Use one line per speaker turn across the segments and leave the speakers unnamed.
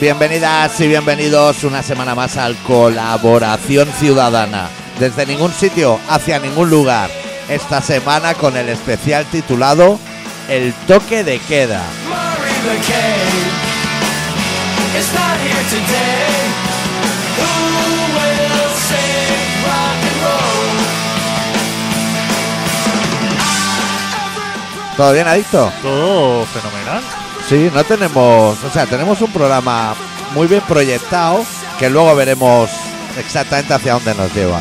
Bienvenidas y bienvenidos una semana más al Colaboración Ciudadana. Desde ningún sitio, hacia ningún lugar. Esta semana con el especial titulado El toque de queda.
Murray McCain is not here today. Who will save rock and roll?
¿Todo bien, adicto?
Todo fenomenal.
Sí, no tenemos. O sea, tenemos un programa muy bien proyectado que luego veremos exactamente hacia dónde nos lleva.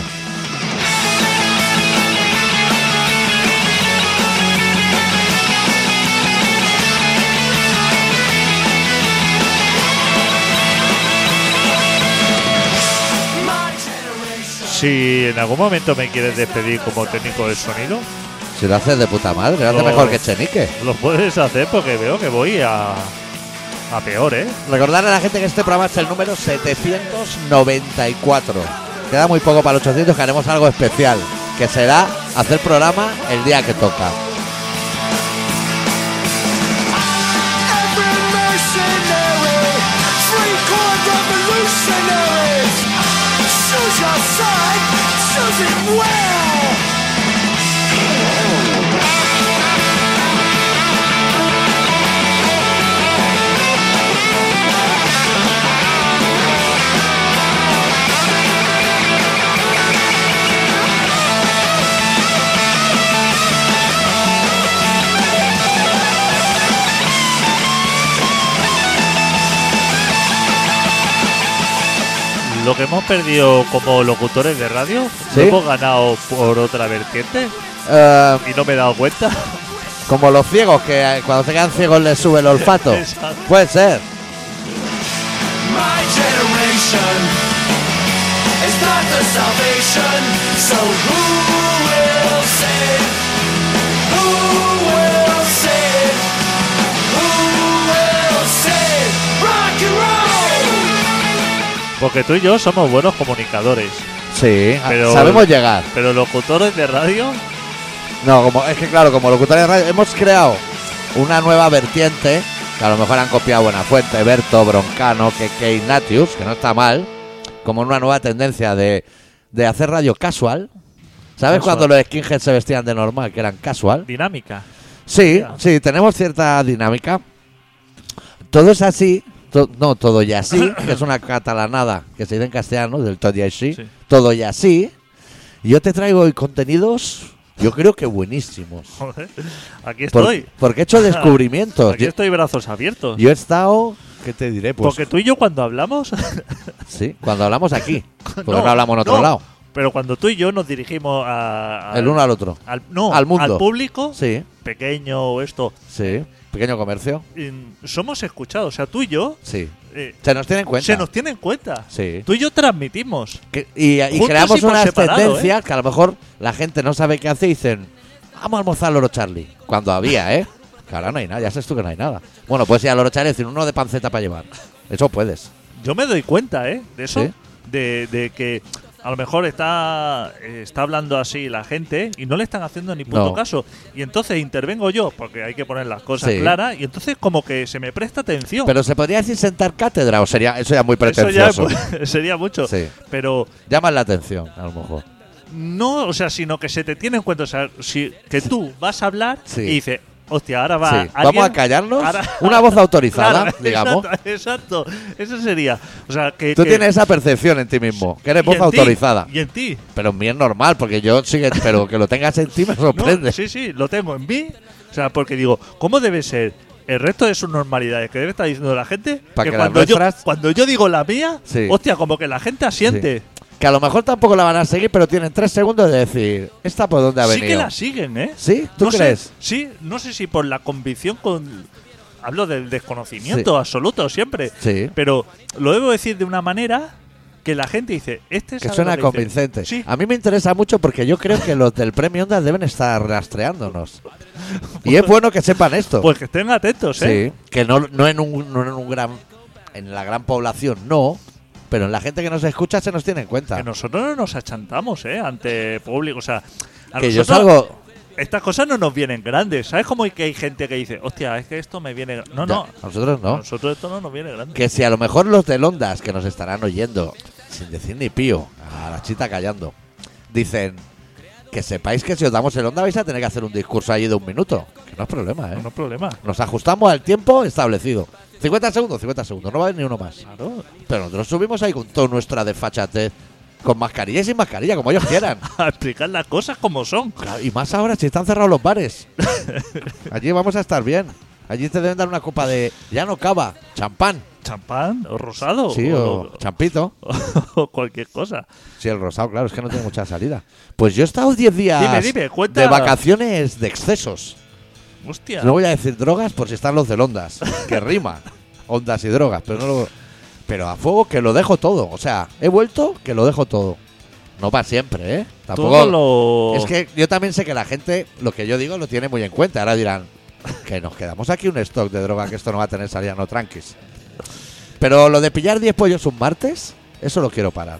My generation.
Si en algún momento me quieres despedir como técnico de sonido,
Si lo haces de puta madre, lo haces
No.
mejor que Chenique.
lo puedes hacer porque veo que voy a, a peor, ¿eh?
Recordar a la gente que este programa es el número 794. Queda muy poco para el 800 que haremos algo especial, que será hacer programa el día que toca.
Every mercenary, free corps revolutionaries. Choose your side, choose it well.
Lo que hemos perdido como locutores de radio,
¿Sí?
lo hemos ganado por otra vertiente
Eh,
y no me he dado cuenta.
como los ciegos, que eh, cuando se quedan ciegos les sube el olfato.
Exacto.
Puede ser.
My generation is not the salvation. So who will save? Who will save? Who will save? Rock and roll.
Porque tú y yo somos buenos comunicadores,
Sí,
Pero-
Ah, sabemos llegar.
pero locutores de radio,
No, como, es que claro, como locutores de radio, hemos creado una nueva vertiente, que a lo mejor han copiado Buenafuente, Berto, Broncano, que Ignatius, que no está mal, como una nueva tendencia de, de hacer radio casual. ¿Sabes
Casual.
cuando los skinheads se vestían de normal, que eran casual?
dinámica.
Sí,
Ya.
sí, tenemos cierta dinámica. Todo es así, to- no, todo y así, que es una catalanada que se dice en castellano, del todo y así,
Sí.
todo y así. Yo te traigo hoy contenidos, yo creo que buenísimos.
Joder, aquí
Por-
estoy.
porque he hecho descubrimientos.
Aquí
yo,
estoy brazos abiertos.
yo he estado. ¿Qué te diré? Pues.
Porque tú y yo cuando hablamos...
Sí, cuando hablamos aquí. Porque no, hablamos en otro
no,
lado.
Pero cuando tú y yo nos dirigimos a, a-
El uno al otro.
al, no,
al mundo.
al público,
Sí,
pequeño o esto,
sí. Pequeño comercio.
mm, somos escuchados. O sea, tú y yo
Sí.
eh,
Se nos tiene en cuenta.
se nos tiene en cuenta.
Sí.
Tú y yo transmitimos.
Que- y, y
Juntos
creamos
y por
unas
separado, ¿eh?
tendencias que a lo mejor la gente no sabe qué hace y dicen, vamos a almorzar al Loro Charlie. Cuando había, ¿eh? Que ahora no hay nada, ya sabes tú que no hay nada. Bueno, puedes ir al Loro Charlie y decir uno de panceta para llevar. Eso puedes.
Yo me doy cuenta, ¿eh? De eso.
Sí.
De, de que a lo mejor está, eh, está hablando así la gente y no le están haciendo ni puto
No.
caso. Y entonces intervengo yo, porque hay que poner las cosas
Sí.
claras. Y entonces como que se me presta atención.
Pero se podría decir sentar cátedra o sería eso ya muy
eso ya
pretencioso.
pues, sería mucho.
Sí.
Pero
Llamas la atención, a lo mejor.
No, o sea, sino que se te tiene en cuenta, o sea, si, que tú vas a hablar
Sí.
y dices, hostia, ahora va.
Sí,
alguien-
vamos a callarnos.
ahora-
Una voz autorizada,
Claro,
digamos.
Exacto, exacto. eso sería. O sea, que.
Tú
que-
tienes esa percepción en ti mismo, que eres
y
voz
en ti,
autorizada.
Y en ti.
Pero en mí es normal, porque yo sí que- pero que lo tengas en ti me
No,
sorprende.
sí, sí, lo tengo en mí. O sea, porque digo, ¿cómo debe ser el resto de sus normalidades que debe estar diciendo la gente?
Pa' que las
cuando, yo,
nuestras-
cuando yo digo la mía,
Sí.
hostia, como que la gente asiente. Sí,
Que a lo mejor tampoco la van a seguir, pero tienen tres segundos de decir, ¿esta por dónde ha venido?
que la siguen, ¿eh?
¿Sí? ¿Tú
no sé-
crees?
sí, no sé si por la convicción con. Hablo del desconocimiento absoluto siempre.
Sí.
Pero lo debo decir de una manera que la gente dice: Este
Que
sabe
suena
lo dice".
convincente.
Sí,
A mí me interesa mucho porque yo creo que los del premio Onda deben estar rastreándonos. Y es bueno que sepan esto.
pues que estén atentos, ¿eh?
Sí, que no, no, en un, no en un gran. En la gran población no, pero en la gente que nos escucha se nos tiene en cuenta.
Que nosotros no nos achantamos, ¿eh? Ante público. O sea, a
Que yo
nosotros-
salgo.
estas cosas no nos vienen grandes. ¿Sabes cómo hay que hay gente que dice, hostia, es que esto me viene... gra-"? No,
Ya,
no,
A nosotros
a
no.
nosotros esto no nos viene grande.
Que si a lo mejor los del Ondas que nos estarán oyendo, sin decir ni pío, a la chita callando, dicen que sepáis que si os damos el Onda vais a tener que hacer un discurso allí de un minuto. Que no es problema, ¿eh?
No, no problema.
Nos ajustamos al tiempo establecido. 50 segundos, 50 segundos, no va a haber ni uno más.
Claro.
Pero nosotros subimos ahí con toda nuestra desfachatez, con mascarilla y sin mascarilla, como ellos quieran.
A explicar las cosas como son.
Claro, y más ahora si están cerrados los bares. Allí vamos a estar bien. Allí te deben dar una copa de, ya no cava, champán,
Champán o rosado
sí, o
o,
champito.
o cualquier cosa.
Sí, el rosado, claro, es que no tiene mucha salida. Pues yo he estado 10 días
Dime, dime, cuenta.
de vacaciones de excesos.
Hostia.
No voy a decir drogas por si están los del Ondas, que rima. Ondas y drogas, pero no lo- Pero a fuego que lo dejo todo. O sea, he vuelto que lo dejo todo. No para siempre, ¿eh? Tampoco.
Todo lo...
Es que yo también sé que la gente, lo que yo digo, lo tiene muy en cuenta. Ahora dirán que nos quedamos aquí un stock de droga, que esto no va a tener salida, no tranquis. Pero lo de pillar 10 pollos un martes, eso lo quiero parar.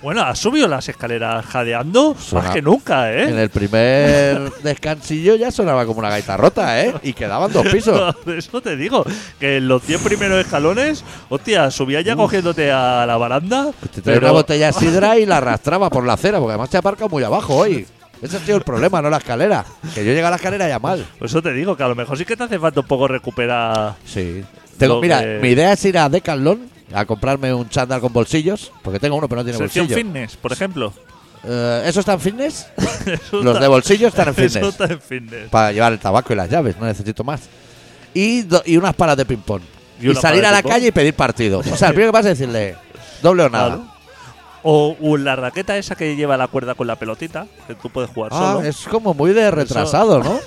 Bueno, has subido las escaleras jadeando
Suena-
más que nunca,
En
¿eh?
el primer descansillo ya sonaba como una gaita rota, ¿eh? Y quedaban dos pisos.
Eso te digo, que en los 100 primeros escalones, hostia, subía ya cogiéndote a la baranda.
Pues Te traía una botella de sidra y la arrastraba por la acera, porque además te aparca muy abajo hoy. Ese ha sido el problema, no la escalera. Que yo llegué a la escalera ya mal.
Eso te digo, que a lo mejor sí que te hace falta un poco recuperar.
Sí. Tengo,
Lo
mira,
que-
mi idea es ir a Decathlon a comprarme un chándal con bolsillos, porque tengo uno pero no tiene
Sección
bolsillo.
fitness, por ejemplo.
Eh, ¿Eso está en fitness?
Eso
Los
está-
de bolsillo están en
Eso
fitness.
está en fitness.
Para llevar el tabaco y las llaves, no necesito más. Y, do- y unas palas de ping-pong.
Y
Y,
una
salir
pala
a
de
la
ping-pong.
calle y pedir partido. O sea, el primero que vas a decirle doble o nada.
Claro. O, o la raqueta esa que lleva la cuerda con la pelotita, que tú puedes jugar
Ah,
solo.
es como muy de retrasado, ¿no?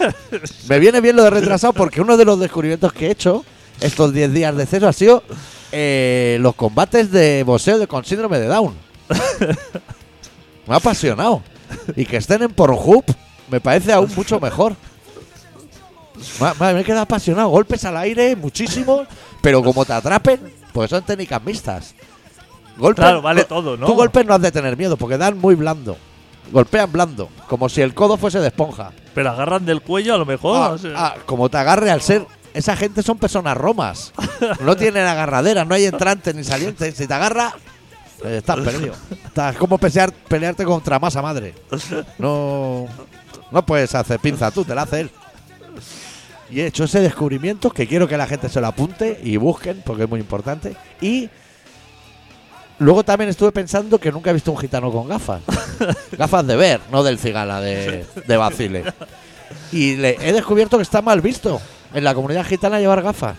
Me viene bien lo de retrasado porque uno de los descubrimientos que he hecho estos 10 días de ceso ha sido eh, los combates de boxeo de, con síndrome de Down. Me ha apasionado. Y que estén en Pornhub me parece aún mucho mejor. Ma- ma- me he quedado apasionado. Golpes al aire, muchísimo, pero como te atrapen, pues son técnicas mixtas. Golpes,
Claro, vale
go-
todo, ¿no?
Tú golpes no has de tener miedo porque dan muy blando. Golpean blando, como si el codo fuese de esponja.
Pero agarran del cuello a lo mejor.
Ah,
o sea,
ah, como te agarre al ser. Esa gente son personas romas. No tienen agarraderas, no hay entrantes ni salientes. Si te agarra, eh, estás perdido. Estás como pesear- pelearte contra masa madre. No, no puedes hacer pinza tú, te la hace él. Y he hecho ese descubrimiento que quiero que la gente se lo apunte y busquen porque es muy importante. Y luego también estuve pensando que nunca he visto un gitano con gafas. gafas de ver, no del cigala de, de Basile. Y le he descubierto que está mal visto en la comunidad gitana llevar gafas.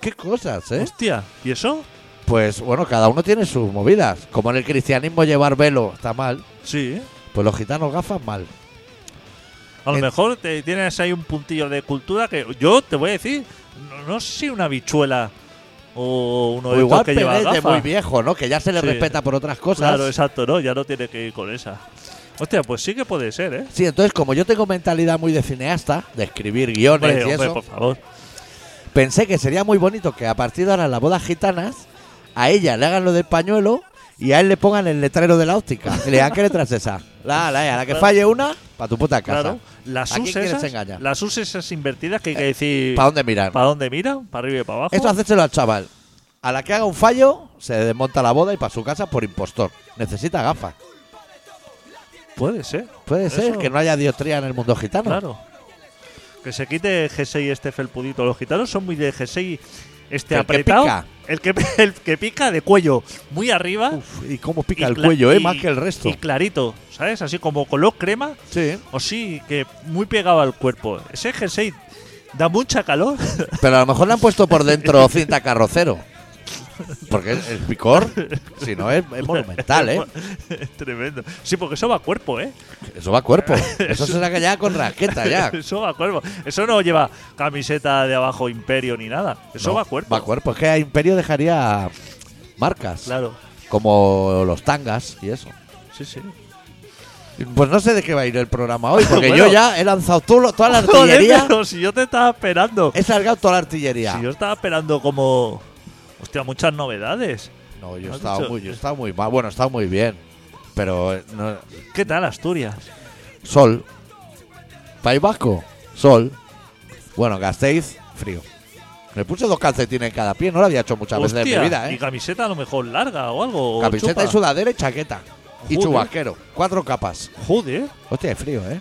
¿Qué cosas, eh?
Hostia, ¿y eso?
Pues bueno, cada uno tiene sus movidas. Como en el cristianismo llevar velo está mal,
Sí. ¿eh?
pues los gitanos gafas mal.
A lo
En-
mejor te tienes ahí un puntillo de cultura que yo te voy a decir, no, no sé si una bichuela o uno
O
de estos
igual
que lleva
Pérez de
gafas.
muy viejo, ¿no? Que ya se le
Sí.
respeta por otras cosas.
Claro, exacto, no, ya no tiene que ir con esa. Hostia, pues sí que puede ser, ¿eh?
Sí, entonces como yo tengo mentalidad muy de cineasta, de escribir guiones
Hombre,
y
hombre, pues-
eso,
por favor.
pensé que sería muy bonito que a partir de ahora en las bodas gitanas a ella le hagan lo del pañuelo y a él le pongan el letrero de la óptica. Y le digan, ¿qué letras es esa? La, la, la, la que falle una, para tu puta casa.
Claro. Las
¿A quién
sus
quieres
esas,
engañar?
las sus esas invertidas que hay que decir
¿Para dóndde mirar?
para dónde miran, para arriba y para abajo.
Eso hacérselo al chaval. A la que haga un fallo, se desmonta la boda y para su casa por impostor. Necesita gafas.
puede ser.
Puede ser
Eso.
que no haya diotría en el mundo gitano.
Claro. Que se quite el jersey este felpudito. Los gitanos son muy de jersey este
El que
apretado.
pica.
El, que, el que pica de cuello muy arriba.
Uf, y cómo pica
y
el
cla-
cuello, ¿eh?
y-
Más que el resto.
Y clarito, ¿sabes? Así como color crema.
Sí.
O sí, que muy pegado al cuerpo. Ese jersey da mucha calor.
Pero a lo mejor le han puesto por dentro cinta carrocero. Porque el, el picor, si no, es, es monumental, ¿eh?
Tremendo. Sí, porque eso va a cuerpo, ¿eh?
Eso va a cuerpo. Eso se saca ya con raqueta, ya.
Eso va a cuerpo. Eso no lleva camiseta de abajo imperio ni nada. Eso
No,
va a cuerpo.
Va a cuerpo. Es que a Imperio dejaría marcas.
Claro.
Como los tangas y eso.
Sí, sí.
Pues no sé de qué va a ir el programa hoy, porque
Bueno.
yo ya he lanzado todo lo- toda la
Joder,
artillería. Eh,
pero si yo te estaba esperando.
He salgado toda la artillería.
Si yo estaba esperando como. Hostia, muchas novedades.
No, yo he
¿Has
estado
dicho?
muy, yo he estado muy mal. Bueno, he estado muy bien. Pero eh, no-
¿Qué tal Asturias?
sol, País Vasco, sol. Bueno, Gasteiz, frío. Me puse dos calcetines en cada pie, no lo había hecho muchas veces en
Hostia,
mi vida,
Y
¿eh?
camiseta a lo mejor larga o algo. o
Camiseta y
chupa.
sudadera y chaqueta. Y
Joder.
chubasquero. Cuatro capas.
Joder.
Hostia, es frío, ¿eh?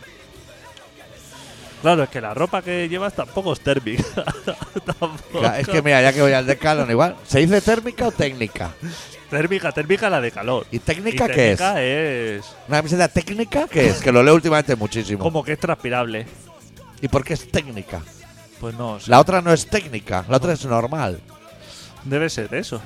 Claro, es que la ropa que llevas tampoco es térmica. Tampoco.
Claro, Es que mira, ya que voy al decalón igual. ¿Se dice térmica o técnica?
Térmica, térmica la de calor.
¿Y técnica
Y
qué es?
térmica es?
¿Una camiseta técnica qué es? Que lo leo últimamente muchísimo.
Como que es transpirable.
¿Y por qué es técnica?
Pues no, o sea,
La otra no es técnica, la otra es normal.
debe ser eso.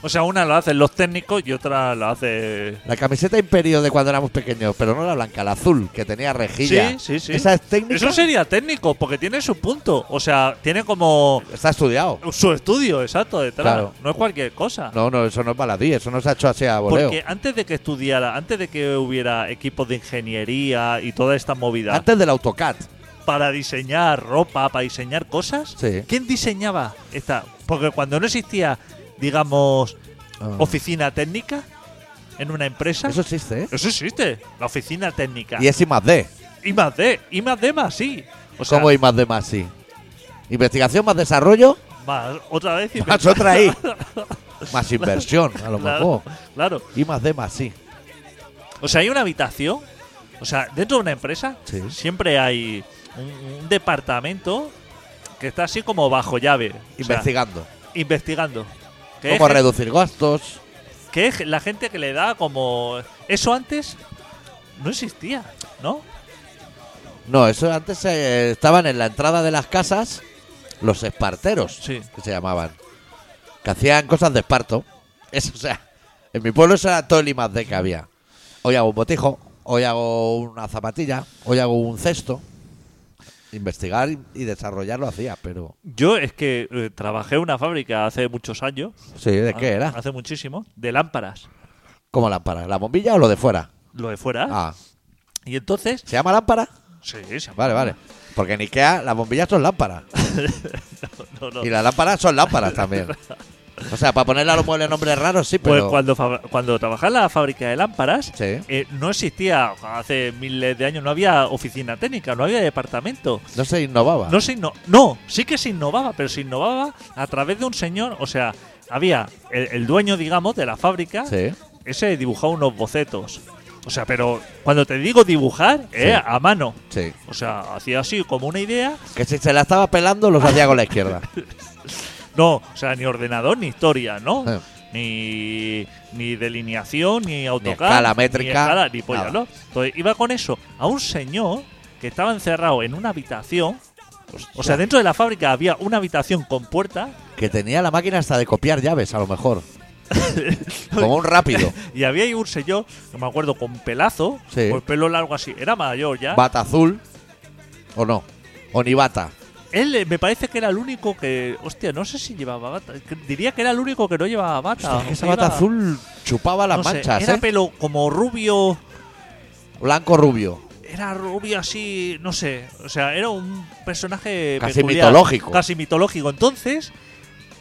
O sea, una la hacen los técnicos y otra la hace.
La camiseta imperio de cuando éramos pequeños, pero no la blanca, la azul, que tenía rejilla.
Sí, sí, sí.
Esa es técnica.
Eso sería técnico, porque tiene su punto. O sea, tiene como
Está estudiado.
su estudio exacto detrás.
Claro.
No es cualquier cosa.
No, no, eso no es baladí, eso no se ha hecho así a voleo.
Porque antes de que estudiara, antes de que hubiera equipos de ingeniería y toda esta movida
Antes del AutoCAD.
para diseñar ropa, para diseñar cosas,
Sí.
¿quién diseñaba esta? Porque cuando no existía, digamos,
Ah.
oficina técnica en una empresa,
Eso
eso,
existe, ¿eh?
existe, la oficina técnica.
Y es I más D.
I más D, I más D más sí. O sea,
¿Cómo I más D más sí? Investigación más desarrollo,
más- otra vez y
más otra I. más inversión, a lo
Claro,
mejor.
claro.
I más D más sí.
O sea, hay una habitación. O sea, dentro de una empresa
Sí.
siempre hay un, un departamento que está así como bajo llave. o sea,
Investigando.
investigando. Que
¿Cómo
es,
reducir gastos?
que es la gente que le da como... Eso antes no existía, ¿no?
No, eso antes eh, estaban en la entrada de las casas los esparteros,
Sí.
que se llamaban, que hacían cosas de esparto. Eso, o sea, en mi pueblo eso era todo el I más D que había. Hoy hago un botijo, hoy hago una zapatilla, hoy hago un cesto. Investigar y- y desarrollar lo hacía, pero...
Yo es que eh, trabajé en una fábrica hace muchos años.
Sí, ¿de qué
Ah,
era?
Hace muchísimo. De lámparas.
¿Cómo lámpara? ¿La bombilla o lo de fuera?
Lo de fuera.
Ah,
Y entonces...
¿se llama lámpara?
Sí, se
Vale, vale. Porque en Ikea las bombillas son lámparas.
No, no.
Y las lámparas son lámparas también. O sea, para ponerle a los muebles nombres raros, sí,
Pues
pero...
cuando, fa- cuando trabajaba en la fábrica de lámparas,
Sí.
eh, no existía, hace miles de años, no había oficina técnica, no había departamento.
No se innovaba.
No, se inno- no, sí que se innovaba, pero se innovaba a través de un señor, o sea, había el, el dueño, digamos, de la fábrica,
Sí.
ese dibujaba unos bocetos. O sea, pero cuando te digo dibujar, eh,
Sí.
a mano.
Sí.
O sea, hacía así como una idea.
Que si se la estaba pelando, los hacía con la izquierda.
No, o sea, ni ordenador ni historia, ¿no?
Sí.
Ni, ni delineación, ni AutoCAD.
escala métrica,
Ni escala, ni polla,
nada.
¿no? Entonces iba con eso a un señor que estaba encerrado en una habitación. pues, O sea, dentro de la fábrica había una habitación con puerta
Que tenía la máquina hasta de copiar llaves, a lo mejor. Como un rápido.
y había ahí un señor, no me acuerdo, con pelazo,
Sí.
con pelo largo así. Era mayor ya.
Bata azul. ¿O no? O ni bata.
Él eh, me parece que era el único que. Hostia, no sé si llevaba bata. Que- Diría que era el único que no llevaba bata.
Hostia, es que esa
Iba-
bata azul chupaba las
no sé,
manchas,
Era
¿eh?
pelo como rubio.
Blanco rubio.
era rubio así, no sé, o sea, era un personaje
Casi
peculiar,
mitológico.
casi mitológico. Entonces,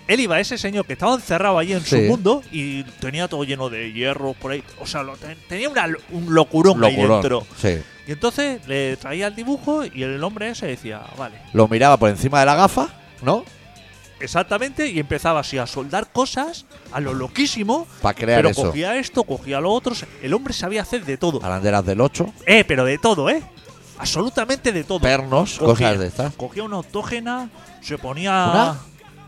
él iba a ese señor que estaba encerrado allí en su
Sí.
mundo y tenía todo lleno de hierro por ahí, o sea, lo ten- tenía una lo- un locurón, ahí
Locurón.
dentro.
Sí.
Y entonces le traía el dibujo y el hombre ese decía, vale,
Lo miraba por encima de la gafa, ¿no?
exactamente, y empezaba así a soldar cosas a lo loquísimo.
Para crear
Pero
eso. Ah.
cogía esto, cogía lo otro. El hombre sabía hacer de todo.
Arandelas del 8,
Eh, pero de todo, ¿eh? Absolutamente de todo.
pernos,
Cogía.
Pues cosas de estas.
Cogía una octógena, se ponía.
¿Una?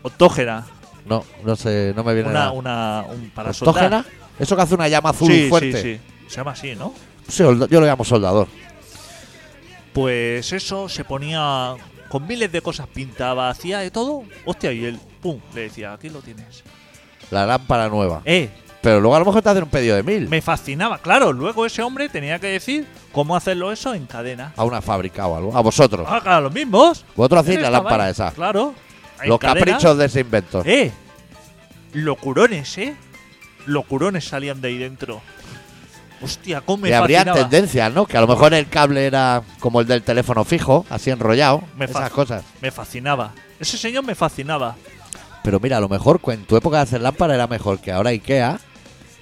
Octógena.
No, no sé, no me viene
Una,
nada.
una, un para
¿Octógena?
soldar.
Eso que hace una llama azul
Sí,
fuerte.
sí, sí. Se llama así, ¿no?
Solda- Yo lo llamo soldador.
Pues eso, se ponía con miles de cosas, pintaba, hacía de todo. Hostia, y él, pum, le decía, aquí lo tienes.
La lámpara nueva.
Eh,
Pero luego a lo mejor te hacen un pedido de mil
me fascinaba. Claro, luego ese hombre tenía que decir cómo hacerlo eso en cadena.
a una fábrica o algo. A vosotros.
Haga los mismos.
Vosotros hacéis
Él
la
estaba
lámpara
ahí,
esa.
Claro. en
Los
cadena.
caprichos de ese invento.
¡Eh! Locurones, ¿eh? Locurones salían de ahí dentro. Hostia, cómo me
y habría
fascinaba.
tendencias, ¿no? Que a lo mejor el cable era como el del teléfono fijo, así enrollado.
Me
esas
fa-
cosas.
Me fascinaba. Ese señor me fascinaba.
Pero mira, a lo mejor cu- en tu época de hacer lámpara era mejor que ahora IKEA,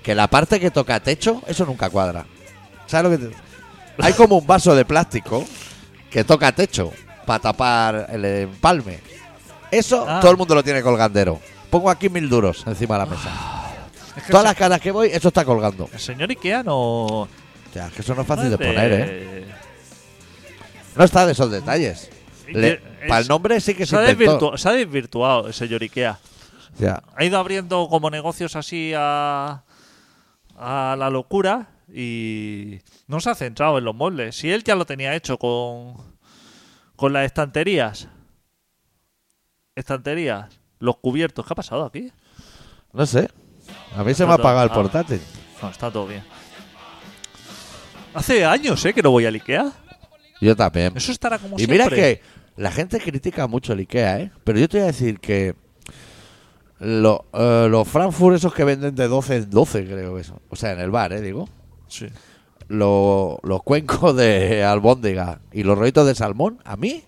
que la parte que toca techo, eso nunca cuadra. ¿Sabes lo que te- Hay como un vaso de plástico que toca techo para tapar el empalme. Eso
Ah.
todo el mundo lo tiene colgandero. Pongo aquí mil duros encima de la mesa.
Ah.
Todas las caras que voy, eso está colgando.
El señor Ikea no.
O sea, que eso no es fácil de
no es de-
poner, ¿eh? No está de esos detalles.
Sí,
Le-
que es-
para el nombre sí que se
Se ha,
inventó.
desvirtu- se ha desvirtuado el señor Ikea.
Ya.
Ha ido abriendo como negocios así a, a la locura y no se ha centrado en los muebles. Si él ya lo tenía hecho con, con las estanterías. Estanterías. Los cubiertos. ¿Qué ha pasado aquí?
No sé. A mí se me ha apagado el
Ah.
portátil.
No, está todo bien. Hace años, ¿eh? Que no voy al Ikea.
Yo también.
Eso estará como
Y
siempre.
mira que la gente critica mucho el Ikea, ¿eh? Pero yo te voy a decir que lo- eh, los Frankfurt esos que venden de 12 en 12, creo que son. O sea, en el bar, ¿eh? Digo.
Sí.
Lo- los cuencos de albóndiga y los rollitos de salmón, a mí,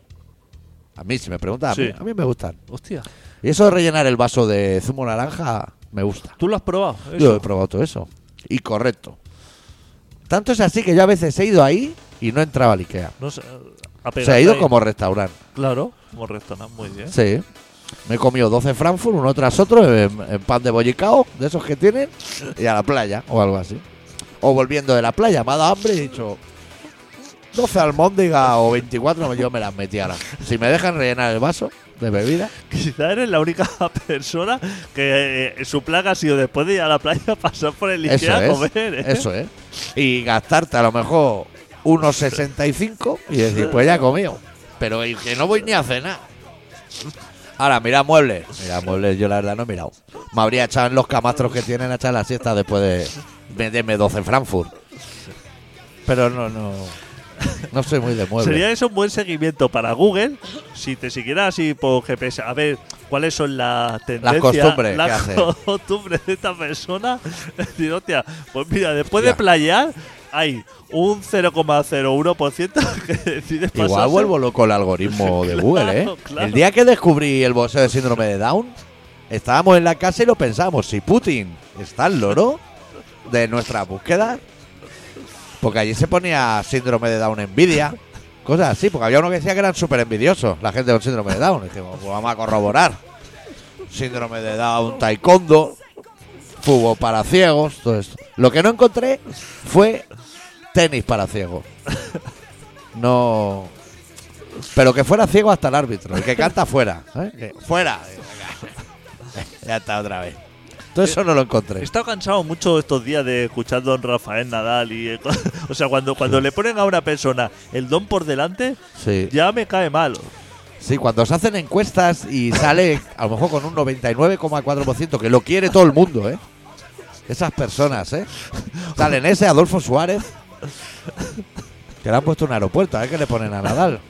a mí, si me preguntas, a,
Sí.
mí, a mí me gustan.
Hostia.
Y eso de rellenar el vaso de zumo naranja, me gusta.
¿Tú lo has probado?
Yo he
Eso.
probado todo eso. Y correcto. Tanto es así que yo a veces he ido ahí y no entraba al Ikea.
No sé, a
Se ha ido
pegar ahí.
como restaurante.
Claro, como restaurante, muy bien.
Sí. Me he comido 12 Frankfurt, uno tras otro, en, en pan de bollicao, de esos que tienen, y a la playa, o algo así. O volviendo de la playa, me ha dado hambre y he dicho 12 almóndigas o 24, yo me las metí ahora. Si me dejan rellenar el vaso de bebida,
Quizá eres la única persona que eh, su plaga ha sido después de ir a la playa pasar por el
eso
Ikea a
es.
comer. ¿eh?
Eso es. Y gastarte a lo mejor unos 65 y decir, pues ya he comido. Pero y que no voy ni a cenar. Ahora, mira muebles. Mira muebles, yo la verdad no he mirado. Me habría echado en los camastros que tienen a echar la siesta después de meterme 12 Frankfurt. Pero no, no. No soy muy de muebles.
Sería eso un buen seguimiento para Google si te siguiera así por GPS. A ver cuáles son las tendencias,
costumbres que
las
hace.
costumbres de esta persona. Decir, hostia, pues mira, después
Ya.
de playar hay un 0,01% que decide pasar.
Igual vuelvo loco el algoritmo de
Claro,
Google, ¿eh?
claro.
El día que descubrí el boxeo de síndrome de Down, estábamos en la casa y lo pensamos. Si Putin está al loro de nuestra búsqueda, porque allí se ponía síndrome de Down envidia, cosas así, porque había uno que decía que eran súper envidiosos, la gente con síndrome de Down. Y dijimos, pues vamos a corroborar. Síndrome de Down, taekwondo, fútbol para ciegos, todo esto. Lo que no encontré fue tenis para ciegos. No. Pero que fuera ciego hasta el árbitro. El que canta fuera. ¿eh? Que fuera. ya está otra vez. Todo eso no lo
He
encontré.
estado cansado mucho estos días de escuchar don Rafael Nadal y eh, co- o sea cuando cuando le ponen a una persona el don por delante
Sí.
ya me cae mal.
sí, cuando se hacen encuestas y sale a lo mejor con un 99,4%, que lo quiere todo el mundo, ¿eh? Esas personas, ¿eh? Salen ese Adolfo Suárez, que le han puesto un aeropuerto, a ver qué le ponen a Nadal.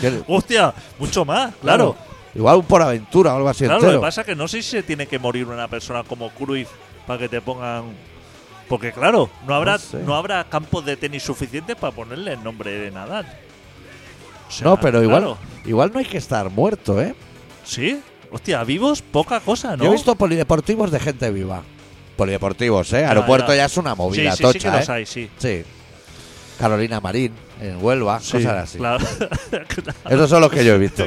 Que le-
Hostia, mucho más, claro.
Igual un por aventura o algo así
Claro, lo que
entero.
pasa es que no sé si se tiene que morir una persona como Cruz para que te pongan porque claro, no habrá no,
sé.
habrá campos de tenis suficientes para ponerle el nombre de Nadal. O sea,
No, pero igual,
claro.
igual no hay que estar muerto, ¿eh?
Sí. Hostia, vivos poca cosa, ¿no?
Yo he visto polideportivos de gente viva. Polideportivos, ¿eh? Aeropuerto
ya.
ya es una
sí,
movida
sí, sí que
tocha,
los
¿eh?
hay, sí.
Sí. Carolina Marín, en Huelva,
Sí,
cosas así.
Claro.
Esos son los que yo he visto.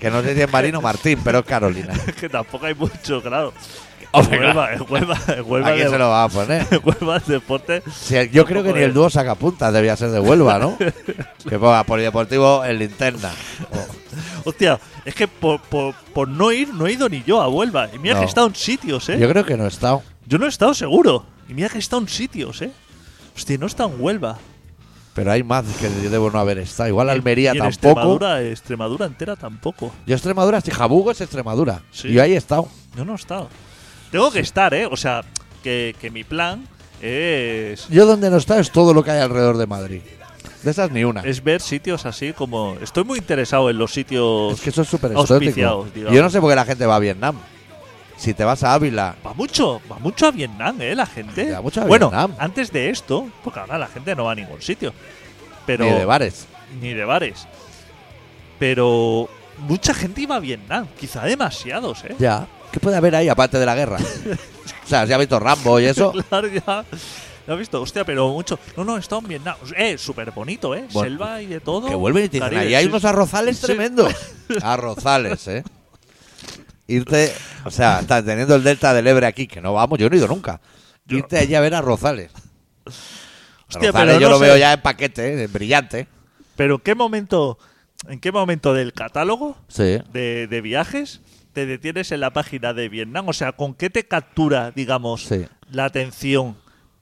que no sé si es Marín o Martín, pero es Carolina.
que tampoco hay mucho, claro.
Hombre,
Huelva, en Huelva, en Huelva
¿A quién
de-
se lo va a poner?
en Huelva el deporte.
Si- yo creo que ni el dúo sacapuntas debía ser de Huelva, ¿no? que ponga polideportivo en linterna.
Hostia, es que por, por- por no ir, no he ido ni yo a Huelva. Y mira
No.
que he estado en sitios, ¿eh?
Yo creo que no he estado.
Yo no he estado seguro. Y mira que he estado en sitios, ¿eh? Hostia, no he estado en Huelva.
Pero hay más que debo no haber estado. Igual Almería
y en
tampoco.
Extremadura, Extremadura entera tampoco.
Yo Extremadura, si Jabugo es Extremadura.
Sí.
Y Yo ahí he estado.
Yo no he estado. Tengo que estar, ¿eh? O sea, que, que mi plan es,
Yo donde no he estado es todo lo que hay alrededor de Madrid. De esas ni una. Es,
es ver sitios así como... Estoy muy interesado en los sitios...
que eso es súper exótico.
auspiciados, digamos.
Yo no sé por qué la gente va a Vietnam. Si te vas a Ávila,
Va mucho, va mucho a Vietnam, ¿eh? La gente.
Ya, mucho a
bueno,
Vietnam.
antes de esto, porque ahora la gente no va a ningún sitio. Pero,
ni de bares.
ni de bares. Pero mucha gente iba a Vietnam. Quizá demasiados, ¿eh?
Ya. ¿Qué puede haber ahí aparte de la guerra? o sea, si ha visto Rambo y eso.
Claro, ya. ¿Lo has visto? Hostia, pero mucho. No, no, está en Vietnam. Eh, súper bonito, ¿eh?
Bueno,
Selva y de todo.
Que vuelven y te dicen,
Caribe,
ahí hay
sí,
unos
sí.
arrozales
Sí.
tremendos. Arrozales, ¿eh? Irte, o sea, está teniendo el delta del Ebre aquí, que no vamos, yo no he ido nunca. Irte allí a ver arrozales.
Hostia,
arrozales
pero
yo
no
lo veo
sé.
ya en paquete, eh, en brillante.
Pero ¿qué momento, ¿en qué momento del catálogo
Sí.
de, de viajes te detienes en la página de Vietnam? O sea, ¿con qué te captura, digamos,
Sí.
la atención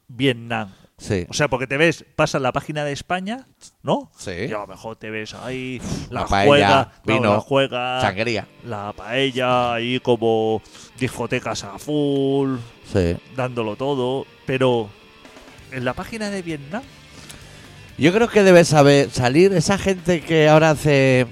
Vietnam?
Sí.
O sea, porque te ves, pasa la página de España, ¿no?
Sí.
Y a lo mejor te ves ahí la
Una paella,
juega, no,
vino,
la juega,
sangría.
la paella, ahí como discotecas a full,
Sí.
dándolo todo. Pero en la página de Vietnam,
Yo creo que debe saber salir esa gente que ahora hace.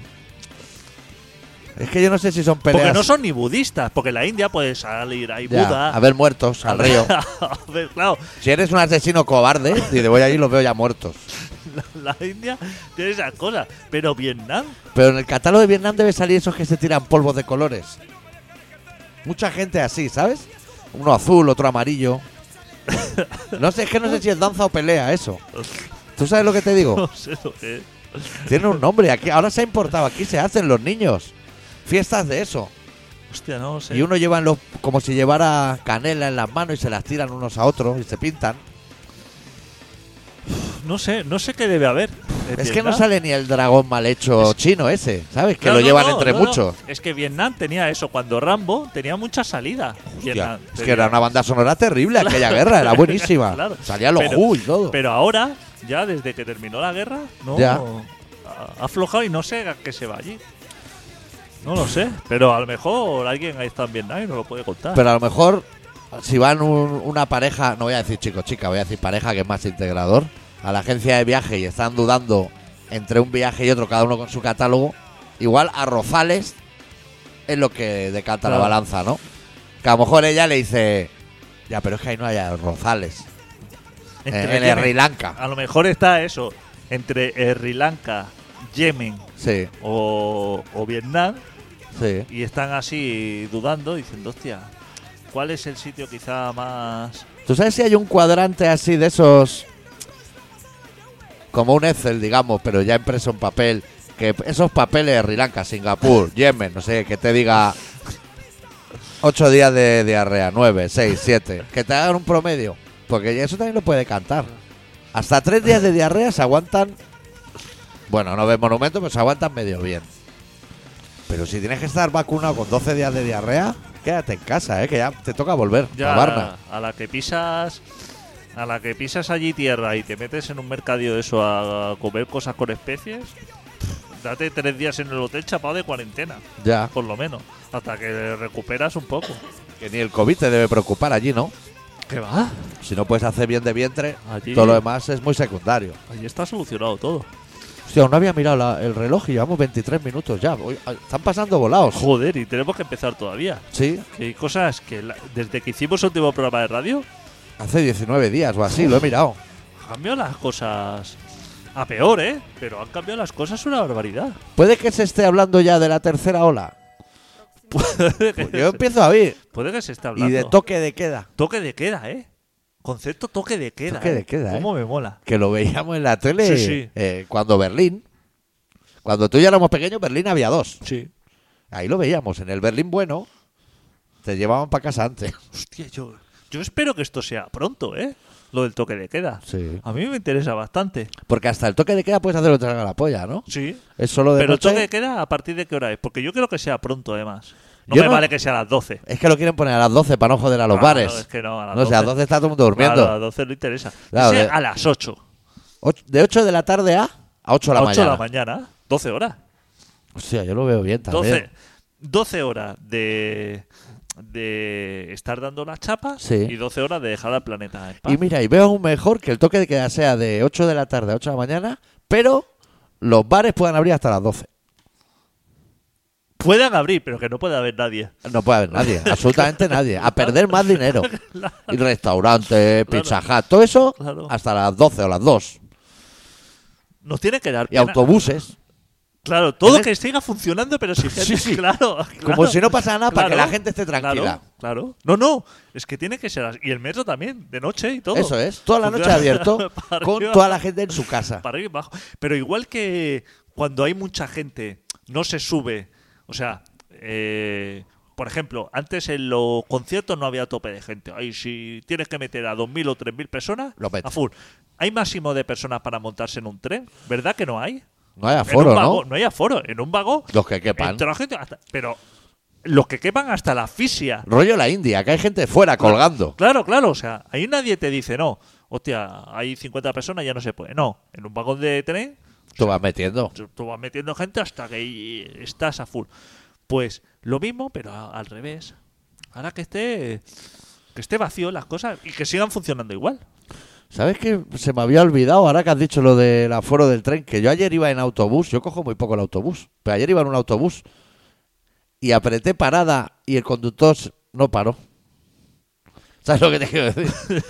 Es que yo no sé si son peleas.
porque no son ni budistas, porque en la India puede salir ahí
Ya,
Buda.
a ver muertos al río.
A ver, claro,
si eres un asesino cobarde, si te voy allí los veo ya muertos.
la, la India tiene esas cosas, pero Vietnam,
Pero en el catálogo de Vietnam debe salir esos que se tiran polvos de colores. Mucha gente así, ¿sabes? Uno azul, otro amarillo. No sé, es que no sé si es danza o pelea eso. ¿Tú sabes lo que te digo?
no sé lo que es.
Tiene un nombre aquí. Ahora se ha importado. Aquí se hacen los niños. Fiestas de eso.
Hostia, no sé.
Y uno lleva en los, como si llevara canela en las manos y se las tiran unos a otros y se pintan.
No sé, no sé qué debe haber. en
Es que no
Vietnam.
sale ni el dragón mal hecho chino ese, ¿sabes? Que
No,
lo
no,
llevan
no,
entre
no, no.
muchos.
Es que Vietnam tenía eso. Cuando Rambo tenía mucha salida. Vietnam
Hostia, es que
tenía-
era una banda sonora terrible aquella guerra, era buenísima.
Claro.
Salía los
Pero-
Who y todo.
Pero ahora, ya desde que terminó la guerra, no.
Ya.
Ha ha aflojado y no sé a qué se va allí. No lo sé. Pero a lo mejor alguien ahí está en Vietnam y nos lo puede contar.
Pero a lo mejor, si van un- una pareja, no voy a decir chico, chica, voy a decir pareja que es más integrador, a la agencia de viaje y están dudando entre un viaje y otro, cada uno con su catálogo, igual a Rosales es lo que decanta la
Claro.
balanza, ¿no? Que a lo mejor ella le dice, ya, pero es que ahí no hay Rosales, eh, en,
Entre Ah.
en
Yemen.
Sri Lanka.
A lo mejor está eso. Entre eh, Sri Lanka, Yemen
Sí,
o, o Vietnam.
sí.
Y están así dudando, diciendo, hostia, ¿cuál es el sitio quizá más.
¿Tú sabes si hay un cuadrante así de esos? Como un Excel, digamos, pero ya impreso en papel. Que esos papeles de Sri Lanka, Singapur, Yemen, no sé, que te diga. Ocho días de diarrea, nueve, seis, siete. Que te hagan un promedio. Porque eso también lo puede cantar. Hasta tres días de diarrea se aguantan. Bueno, no ves monumento, pero se aguantan medio bien. Pero si tienes que estar vacunado con 12 días de diarrea, quédate en casa, ¿eh? que ya te toca volver.
Ya,
a Varna.
a la que pisas. A la que pisas allí tierra y te metes en un mercadillo de eso a comer cosas con especies, date tres días en el hotel chapado de cuarentena,
Ya.
por lo menos, hasta que recuperas un poco.
Que ni el COVID te debe preocupar allí, ¿no?
¿Qué va?
Si no puedes hacer bien de vientre,
Allí-
todo lo demás es muy secundario.
Allí está solucionado todo.
Hostia, aún no había mirado la- el reloj y llevamos 23 minutos ya. Hoy- ay, están pasando volados.
Joder, y tenemos que empezar todavía.
Sí,
Que hay cosas que la- desde que hicimos el último programa de radio,
hace 19 días o así, lo he mirado.
han cambiado las cosas a peor, ¿eh? Pero han cambiado las cosas una barbaridad.
Puede que se esté hablando ya de la tercera ola. Pues yo empiezo a oír.
Puede que se esté hablando.
Y de toque de queda.
Toque de queda, ¿eh? Concepto toque de queda.
Toque de
¿eh?
queda, ¿eh?
¿Cómo me mola?
Que lo veíamos en la tele
Sí, sí.
eh, cuando Berlín. Cuando tú y yo éramos pequeños, Berlín había dos.
Sí.
Ahí lo veíamos. En el Berlín bueno, te llevaban para casa antes.
Hostia, yo, yo espero que esto sea pronto, ¿eh? Lo del toque de queda.
Sí.
A mí me interesa bastante.
Porque hasta el toque de queda puedes hacer lo que te salga la polla, ¿no?
Sí.
Es solo de
Pero el
noche.
toque de queda, ¿a partir de qué hora es? Porque yo creo que sea pronto, además. No
Yo
me
no-
vale que sea a las 12.
Es que lo quieren poner a las 12 para no joder a los
Ah,
bares.
no, es que no, a las
No sé, a las
12.
12 está todo el mundo durmiendo.
Claro, a las 12 no interesa.
Claro,
Que sea
de-
a las 8.
Och- de 8 de la tarde a, a 8 de la
8
mañana.
de la mañana. 12 horas.
Hostia, yo lo veo bien también.
12, 12 horas de, de estar dando las chapas
Sí.
y 12 horas de dejar al planeta en paz.
Y mira, y veo aún mejor que el toque de queda sea de 8 de la tarde a 8 de la mañana, pero los bares puedan abrir hasta las 12.
Puedan abrir, pero que no pueda haber nadie.
No puede haber nadie, absolutamente nadie. A perder más dinero. Y restaurantes, pizza hut, todo eso
Claro.
hasta las 12 o las 2.
Nos tiene que dar
Y
pena.
autobuses.
Claro, todo
En
que siga funcionando, pero sin gente.
Sí, sí.
Claro,
Como
claro,
si no pasara nada, para que
claro,
la gente esté
claro,
tranquila.
Claro, No, no. Es que tiene que ser así. Y el metro también, de noche y todo.
Eso es, toda la noche abierto,
Para
con
arriba.
toda la gente en su casa.
Para arriba y abajo. Pero igual que cuando hay mucha gente, no se sube. O sea, eh, por ejemplo, antes en los conciertos no había tope de gente. Ahí si tienes que meter a 2.000 o 3.000 personas,
Lo metes.
a full. ¿Hay máximo de personas para montarse en un tren? ¿Verdad que no hay?
No hay
En un
aforo, ¿no?
vagón- hay aforo. En un vagón.
Los que quepan.
entra gente hasta- pero los que quepan hasta la fisia.
Rollo la India, que hay gente fuera colgando.
Claro, claro, o sea, ahí nadie te dice, no, hostia, hay 50 personas, ya no se puede. No, en un vagón de tren
Tú vas metiendo.
tú tú vas metiendo gente hasta que ahí estás a full. Pues lo mismo, pero a- al revés. Ahora que esté, que esté vacío las cosas y que sigan funcionando igual.
¿Sabes qué? Se me había olvidado ahora que has dicho lo del aforo del tren, que yo ayer iba en autobús, yo cojo muy poco el autobús, pero ayer iba en un autobús y apreté parada y el conductor s- no paró. ¿Sabes lo que te quiero decir?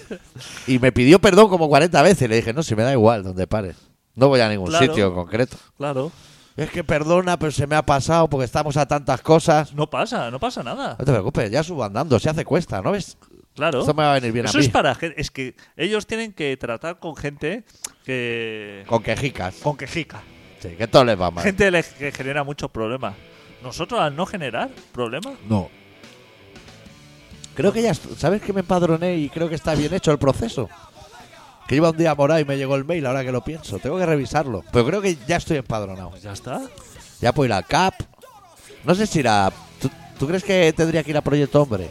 y me pidió perdón como 40 veces y le dije, no, si me da igual donde pares, no voy a ningún
Claro.
sitio en concreto.
Claro,
Es que perdona, pero se me ha pasado porque estamos a tantas cosas.
no pasa, no pasa nada.
No te preocupes, ya subo andando, se hace cuesta, ¿no ves?
Claro.
Eso me va a venir bien
Eso
a mí.
es para gen- es que ellos tienen que tratar con gente que
Con quejicas.
con quejica,
Sí, que todo les va mal.
gente le- que genera muchos problemas. Nosotros al no generar problemas,
No. Creo que ya. est- ¿Sabes que me empadroné y creo que está bien hecho el proceso? Que iba un día morado y me llegó el mail ahora que lo pienso. Tengo que revisarlo. Pero creo que ya estoy empadronado.
pues ya está.
Ya puedo ir a CAP. No sé si ir a. ¿Tú, tú crees que tendría que ir a Proyecto Hombre?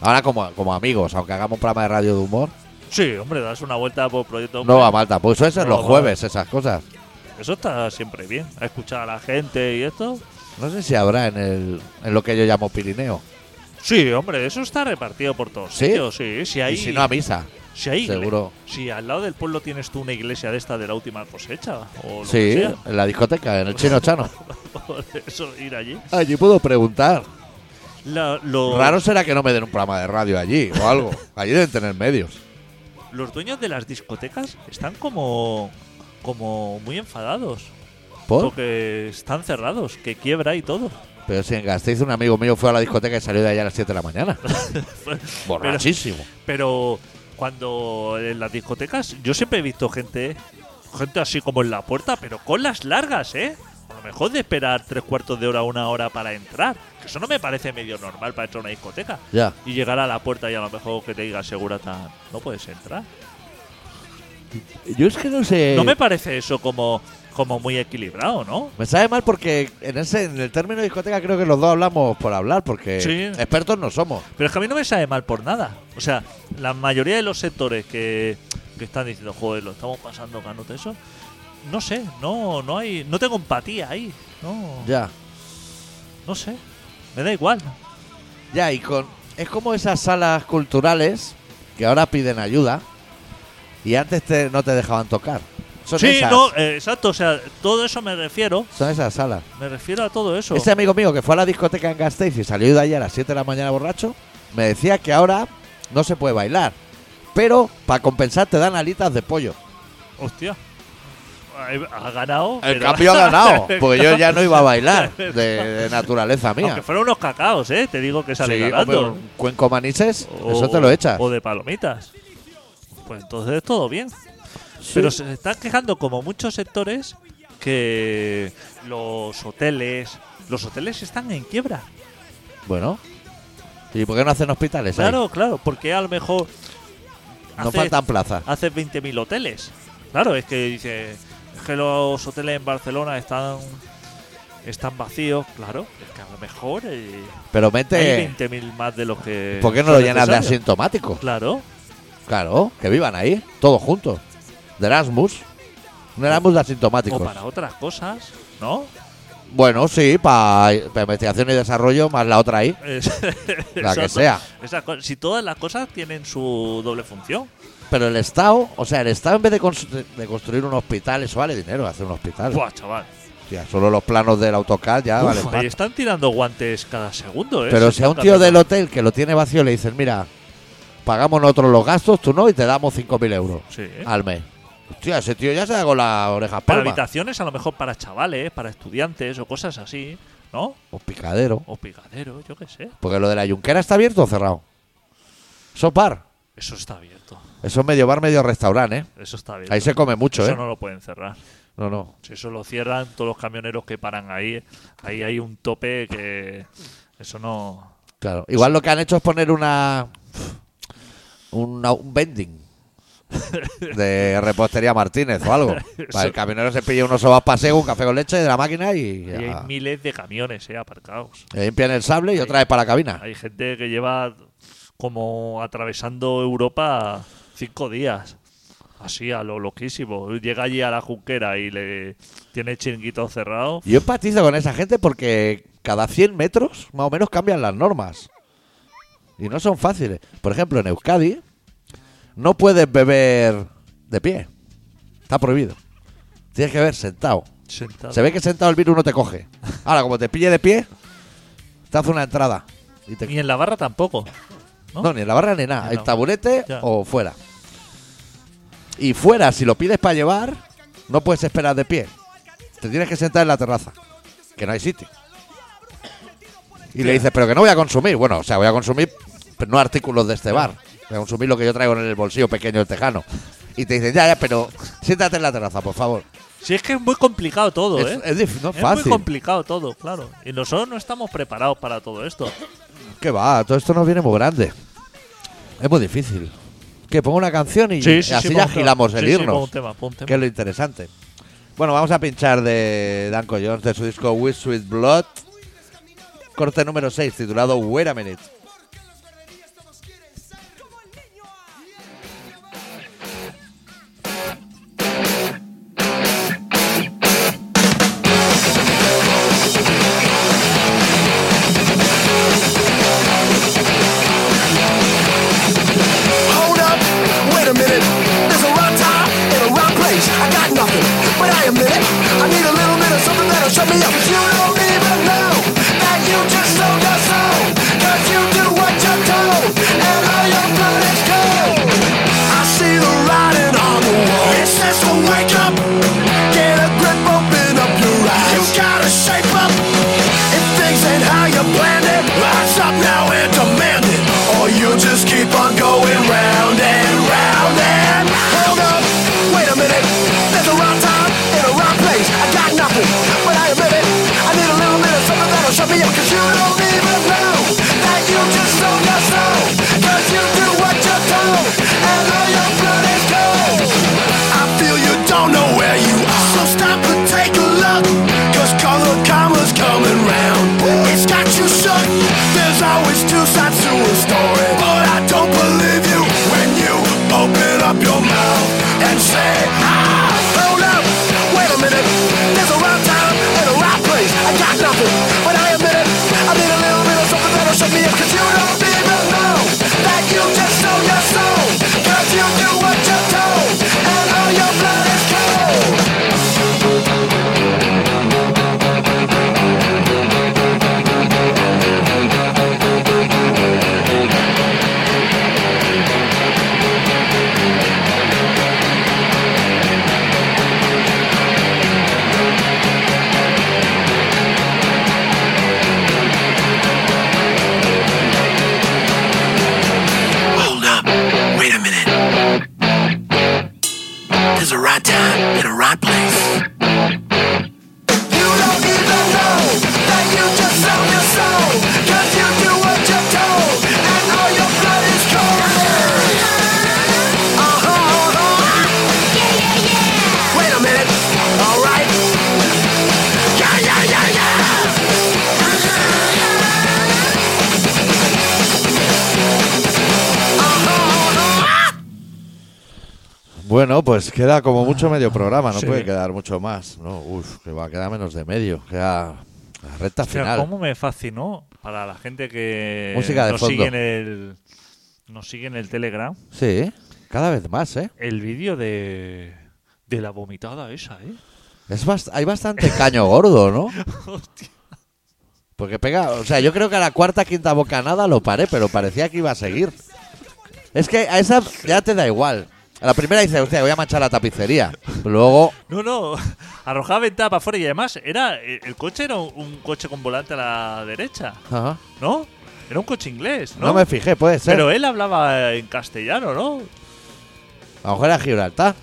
Ahora como, como amigos, aunque hagamos un programa de radio de humor,
Sí, hombre, das una vuelta por proyecto.
no va mal tampoco. Suelen ser
No
los
va
jueves esas cosas.
Eso está siempre bien. A escuchar a la gente y esto.
No sé si habrá en, el, en lo que yo llamo Pirineo.
Sí, hombre, eso está repartido por todos
¿Sí?
sitios. Sí, si hay,
Y si no, a misa.
si hay igle-
seguro.
Si al lado del pueblo tienes tú una iglesia de esta de la última cosecha o lo que
Sí,
sea.
en la discoteca, en el Chino Chano.
por eso ir allí.
Allí puedo preguntar.
La- lo-
Raro será que no me den un programa de radio allí o algo. Allí deben tener medios.
Los dueños de las discotecas están como, como muy enfadados.
¿Por?
Porque están cerrados, que quiebra y todo.
Pero si en Gasteiz un amigo mío fue a la discoteca y salió de allá a las 7 de la mañana. Borrachísimo.
Pero cuando en las discotecas, yo siempre he visto gente, gente así como en la puerta, pero con las largas, ¿eh? A lo mejor de esperar tres cuartos de hora, una hora para entrar. Que eso no me parece medio normal para entrar a una discoteca.
Ya.
Y llegar a la puerta y a lo mejor que te diga segurata, no puedes entrar.
Yo es que no sé.
No me parece eso como, como muy equilibrado, ¿no?
Me sabe mal porque en ese en el término discoteca creo que los dos hablamos por hablar, porque
Sí.
expertos no somos.
Pero es que a mí no me sabe mal por nada. O sea, la mayoría de los sectores que, que están diciendo, joder, lo estamos pasando canote eso, no sé, no, no hay, no tengo empatía ahí. No,
Ya.
no sé. Me da igual.
Ya, y con. Es como esas salas culturales que ahora piden ayuda y antes te- no te dejaban tocar. Son
Sí,
esas,
no, eh, exacto. O sea, todo eso me refiero.
Son esas salas.
Me refiero a todo eso.
Este amigo mío que fue a la discoteca en Gasteiz y salió de allí a las 7 de la mañana borracho, me decía que ahora no se puede bailar. Pero para compensar te dan alitas de pollo.
Hostia. Ay, Ha ganado.
El
pero-
cambio ha ganado, porque yo ya no iba a bailar de, de naturaleza
Aunque
mía.
fueron unos cacaos, ¿eh? Te digo que
Sí,
sale
hombre,
ganando.
un cuenco manises,
O-
eso te lo echas.
O de palomitas. Pues entonces todo bien. Pero se están quejando como muchos sectores que los hoteles, los hoteles están en quiebra.
Bueno. ¿Y por qué no hacen hospitales? ahí?
Claro, claro, porque a lo mejor
No
hace-
faltan plazas.
haces 20.000 hoteles. Claro, es que dice es que los hoteles en Barcelona están están vacíos, claro, es que a lo mejor eh,
Pero
hay
mete.
20.000 más de los que
¿Por qué no
son
lo llenas de
necesarios.
asintomáticos?
Claro.
Claro, que vivan ahí, todos juntos. De Erasmus. Un Erasmus de
O
asintomáticos.
para otras cosas, ¿no?
Bueno, sí, para investigación y desarrollo, más la otra ahí,
Es-
la que
Exacto.
sea.
Esas co- si todas las cosas tienen su doble función.
Pero el Estado, o sea, el Estado en vez de, constru- de construir un hospital, eso vale dinero, hacer un hospital.
Buah, chaval.
Hostia, solo los planos del AutoCAD ya
Uf,
Ah, vale.
ahí
pata.
están tirando guantes cada segundo, ¿eh?
Pero
Se
si a un
está
tío del
cambiando.
hotel que lo tiene vacío le dicen, mira, pagamos nosotros los gastos, tú no, y te damos 5.000 euros
Sí, ¿eh?
al mes. Hostia, ese tío ya se con las orejas
Para
palmas.
habitaciones, a lo mejor para chavales, para estudiantes o cosas así, ¿no?
O picadero.
O picaderos, yo qué sé.
Porque lo de la yunquera está abierto o cerrado. Eso es bar.
Eso está abierto.
Eso es medio bar, medio restaurante, ¿eh?
Eso está abierto.
Ahí se come mucho,
eso
¿eh?
no lo pueden cerrar.
No, no.
Si eso lo cierran, todos los camioneros que paran ahí, ahí hay un tope que. Eso no.
Claro. Igual lo que han hecho es poner una. una- un vending. De repostería Martínez o algo. Para el camionero se pille unos sobas paseo, un café con leche de la máquina y.
Ahí
ya.
hay miles de camiones, eh, aparcados.
Le limpian el sable y otra vez para la cabina.
Hay gente que lleva como atravesando Europa cinco días. Así, a lo loquísimo. Llega allí a la junquera y le tiene el chiringuito cerrado.
Yo empatizo con esa gente porque cada 100 metros más o menos cambian las normas. Y no son fáciles. Por ejemplo, en Euskadi no puedes beber de pie. Está prohibido. Tienes que beber sentado.
Sentado.
Se ve que sentado el virus no te coge. Ahora, como te pille de pie, te hace una entrada. Y te-
Ni en la barra tampoco. ¿no?
No, ni en la barra ni nada.
Ya
El
no.
taburete
Ya.
o fuera. Y fuera, si lo pides para llevar, no puedes esperar de pie. Te tienes que sentar en la terraza, que no hay sitio. Y le dices, pero que no voy a consumir. Bueno, o sea, voy a consumir, pero no artículos de este bar. Voy a consumir lo que yo traigo en el bolsillo pequeño del tejano. Y te dicen, ya, ya, pero siéntate en la terraza, por favor.
Si es que es muy complicado todo,
Es,
¿eh?
es dif- no es
Es
fácil.
muy complicado todo, claro. Y nosotros no estamos preparados para todo esto.
Que va, todo esto nos viene muy grande. Es muy difícil. Que pongo una canción y, y así
pon
ya
un tema.
giramos el
Sí, sí,
irnos.
pon un tema, pon un tema.
que es lo interesante. Bueno, vamos a pinchar de Danko Jones de su disco With Sweet Blood, corte número 6, titulado Wait a Minute.
Porque los guerrerías todos quieren ser como el niño A.
Hold up, wait a minute. There's a wrong time and a wrong place. I got nothing, but I admit it. I need a little bit of something that'll shut me up. You don't even know that you just sold your soul. Cause you do what you're told, and all your blood is cold. I see the writing on the wall. It says to wake up, get a grip, open up your eyes. You gotta shape up. If things ain't how you planned it, rise up now and demand it. Or you just keep on going round and round and Hold up, wait a minute. There's a wrong time and a wrong place. I got nothing, but I admit it. I need a little bit of something that'll shut me up. Cause you don't even know that you just sold your soul. Cause you do what you're told, and all your blood is cold. I feel you don't know where you are. So stop and take a look. Cause color karma's coming round. It's got you shook. There's always two sides to a story. But I don't believe you when you open up your mouth and say, ah, hold up, wait a minute. There's a right time and a right place. I got nothing, but I admit it. I need a little bit of something that'll shut me up. Cause you don't even know that you just sold your soul. Cause you do what you're told. And all your blood is cold.
Hold up. Wait a minute. There's a right time and a right place.
You don't even know that you just sold your soul. Cause you do what you're told, and all your blood is cold. Uh-huh, uh-huh. Wait a minute, alright. Yeah, yeah, yeah, yeah.
Bueno, pues queda como mucho medio programa, no
Ah, Sí.
puede quedar mucho más. No, uf, que va a quedar menos de medio, queda la recta
O sea,
final.
¿Cómo me fascinó para la gente que
Música de
nos
fondo.
sigue en el nos sigue en el Telegram
Sí, cada vez más, ¿eh?
el vídeo de de la vomitada esa, ¿eh?
Es bast- hay bastante caño gordo, ¿no?
Hostia.
Porque pega, o sea, yo creo que a la cuarta, quinta bocanada lo paré, pero parecía que iba a seguir. Es que a esa ya te da igual. A la primera dice, hostia, voy a manchar la tapicería. Luego,
No, no, arrojaba ventana para afuera y además era el el coche era un, un coche con volante a la derecha,
ajá,
¿no? Era un coche inglés,
¿no?
¿no?
me fijé, puede ser.
Pero él hablaba en castellano, ¿no?
A lo mejor era Gibraltar.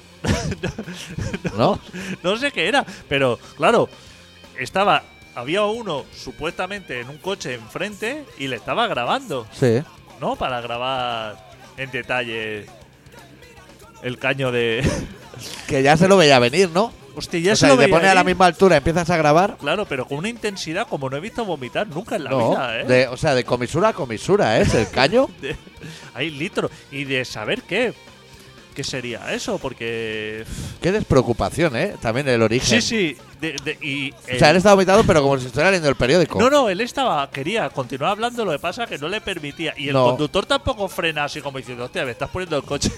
¿No?
eh. No sé qué era, pero claro, estaba había uno supuestamente en un coche enfrente y le estaba grabando,
Sí.
¿no? Para grabar en detalle el caño de
Que ya se lo veía venir, ¿no?
Hostia, ya
o
se
sea,
lo
y te
veía
pones a la
venir.
misma altura, empiezas a grabar.
Claro, pero con una intensidad como no he visto vomitar nunca en la
no,
vida, ¿eh?
de- o sea, de comisura a comisura, ¿eh? Es el caño.
De- hay litros. Y de saber qué. ¿Qué sería eso? Porque.
Qué despreocupación, ¿eh? También el origen.
Sí, sí. de- de- y
O sea,
él-
él estaba vomitado, pero como si estuviera leyendo el periódico.
no, no, él estaba, quería continuar hablando, lo que pasa que no le permitía. Y el
No.
conductor tampoco frena así como diciendo, hostia, me estás poniendo el coche.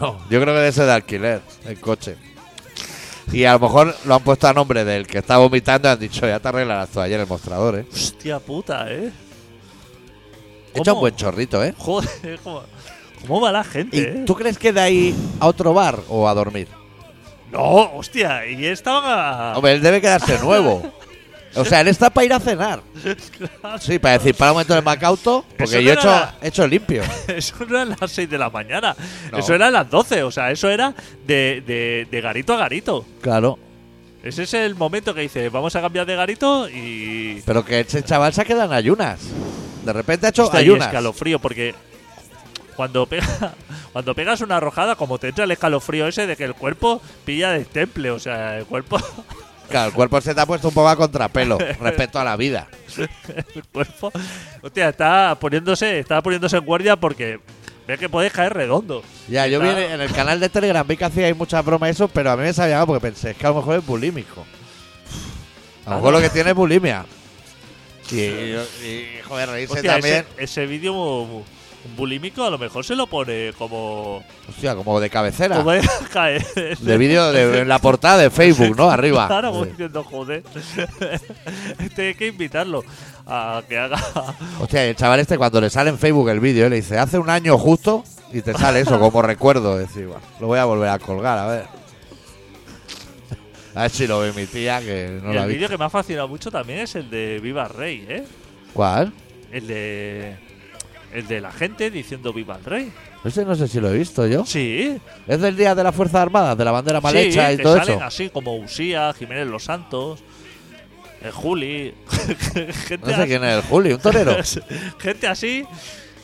No.
Yo creo que debe ser de alquiler, el coche. Y a lo mejor lo han puesto a nombre del que está vomitando y han dicho, ya te arreglarás tú ayer el mostrador, ¿eh?
Hostia puta, ¿eh?
Echa un
¿Cómo?
buen chorrito, ¿eh?
Joder, ¿cómo, cómo va la gente? eh?
¿Y tú crees que de ahí a otro bar o a dormir?
No, hostia, y estaban
Ah.
a...
Hombre, él debe quedarse nuevo. O sea, él está para ir a cenar. Sí, para decir, para un momento en el Macauto,
Eso
porque
no
yo he
era
hecho,
la-
he hecho limpio.
Eso no era a las 6 de la mañana,
No.
eso era a las 12, o sea, eso era de, de, de garito a garito.
Claro.
Ese es el momento que dice, vamos a cambiar de garito y...
Pero que ese chaval se ha quedado en ayunas. De repente ha hecho
Hostia, y
ayunas.
escalofrío, porque cuando, pega, cuando pegas una arrojada, como te entra el escalofrío ese de que el cuerpo pilla de temple, o sea, el cuerpo,
Claro, el cuerpo se te ha puesto un poco a contrapelo respecto a la vida.
el cuerpo, hostia, está poniéndose, está poniéndose en guardia porque ve que puedes caer redondo.
Ya, yo vi en
Está-
el- en el canal de Telegram, vi que hacía ahí muchas bromas y eso, pero a mí me sabía mal porque pensé, es que a lo mejor es bulímico. A lo mejor lo que tiene es bulimia. Y, y, joder, reírse
Hostia,
también.
ese, ese vídeo mu- mu- bulímico a lo mejor se lo pone como,
Hostia, como de cabecera.
como de caer.
De vídeo de en la portada de Facebook, ¿no? Arriba.
Claro, como
Sí.
diciendo, joder. este hay que invitarlo a que haga.
Hostia, y el chaval este cuando le sale en Facebook el vídeo, ¿eh? le dice, hace un año justo, y te sale eso como recuerdo. Decir, "Buah, lo voy a volver a colgar, a ver. A ver si lo ve mi tía, que no la
Y el
ha
vídeo
visto.
que me ha fascinado mucho también es el de Viva el Rey, ¿eh?
¿Cuál?
El de. El de la gente diciendo Viva el Rey.
Ese no sé si lo he visto yo.
Sí,
Es del día de las Fuerzas Armadas, de la bandera mal
sí,
hecha y
que
todo
salen
eso.
así como Usía, Jiménez Los Santos, el Juli. gente,
No sé
así,
quién es el Juli, un torero.
gente así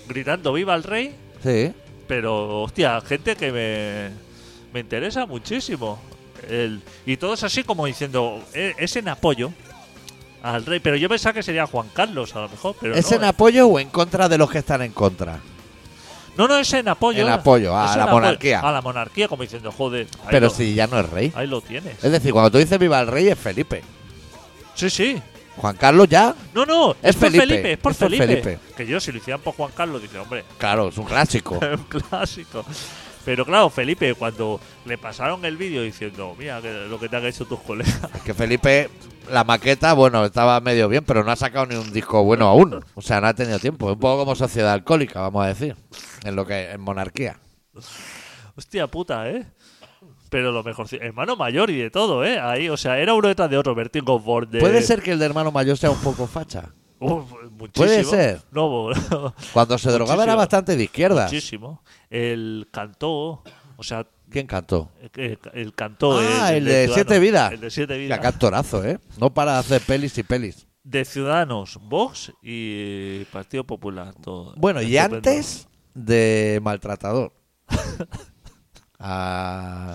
gritando Viva el Rey,
Sí.
pero hostia, gente que me, me interesa muchísimo. El- y todos así como diciendo, "Eh, es en apoyo al rey, pero yo pensaba que sería Juan Carlos a lo mejor, pero
¿Es
no, eh.
en apoyo o en contra de los que están en contra?
No, no, es en apoyo.
En apoyo a
Es en
la
apoyo
monarquía.
A la monarquía, como diciendo, joder. ahí
Pero
lo-
si ya no es rey.
Ahí lo tienes.
Es decir, cuando tú dices viva el rey es Felipe.
Sí, sí.
Juan Carlos ya,
No, no,
Es
es, por
Felipe,
Felipe, es por
es por
Felipe.
Felipe.
Que yo, si lo hicieran por Juan Carlos, dice, hombre,
claro, es un clásico.
un clásico. Pero claro, Felipe, cuando le pasaron el vídeo diciendo, mira que- lo que te han hecho tus colegas.
Es que Felipe, la maqueta, bueno, estaba medio bien, pero no ha sacado ni un disco bueno aún. O sea, no ha tenido tiempo. Es un poco como sociedad alcohólica, vamos a decir. En lo que en monarquía.
Hostia puta, ¿eh? Pero lo mejor, hermano mayor y de todo, ¿eh? Ahí, o sea, era uno detrás de otro, Vertigo Board de.
Puede ser que el de hermano mayor sea un poco facha.
Uf, muchísimo.
Puede ser.
No,
Cuando se drogaba era
Muchísimo.
bastante de izquierda.
muchísimo. El cantó, o sea,
¿Quién cantó?
El, el cantó.
Ah, el de Siete Vidas.
El de Siete
Mira,
Vidas.
qué actorazo, ¿eh? No para de hacer pelis y pelis.
De Ciudadanos, Vox y Partido Popular. todo.
Bueno, y
Estupendo.
antes de Maltratador. A,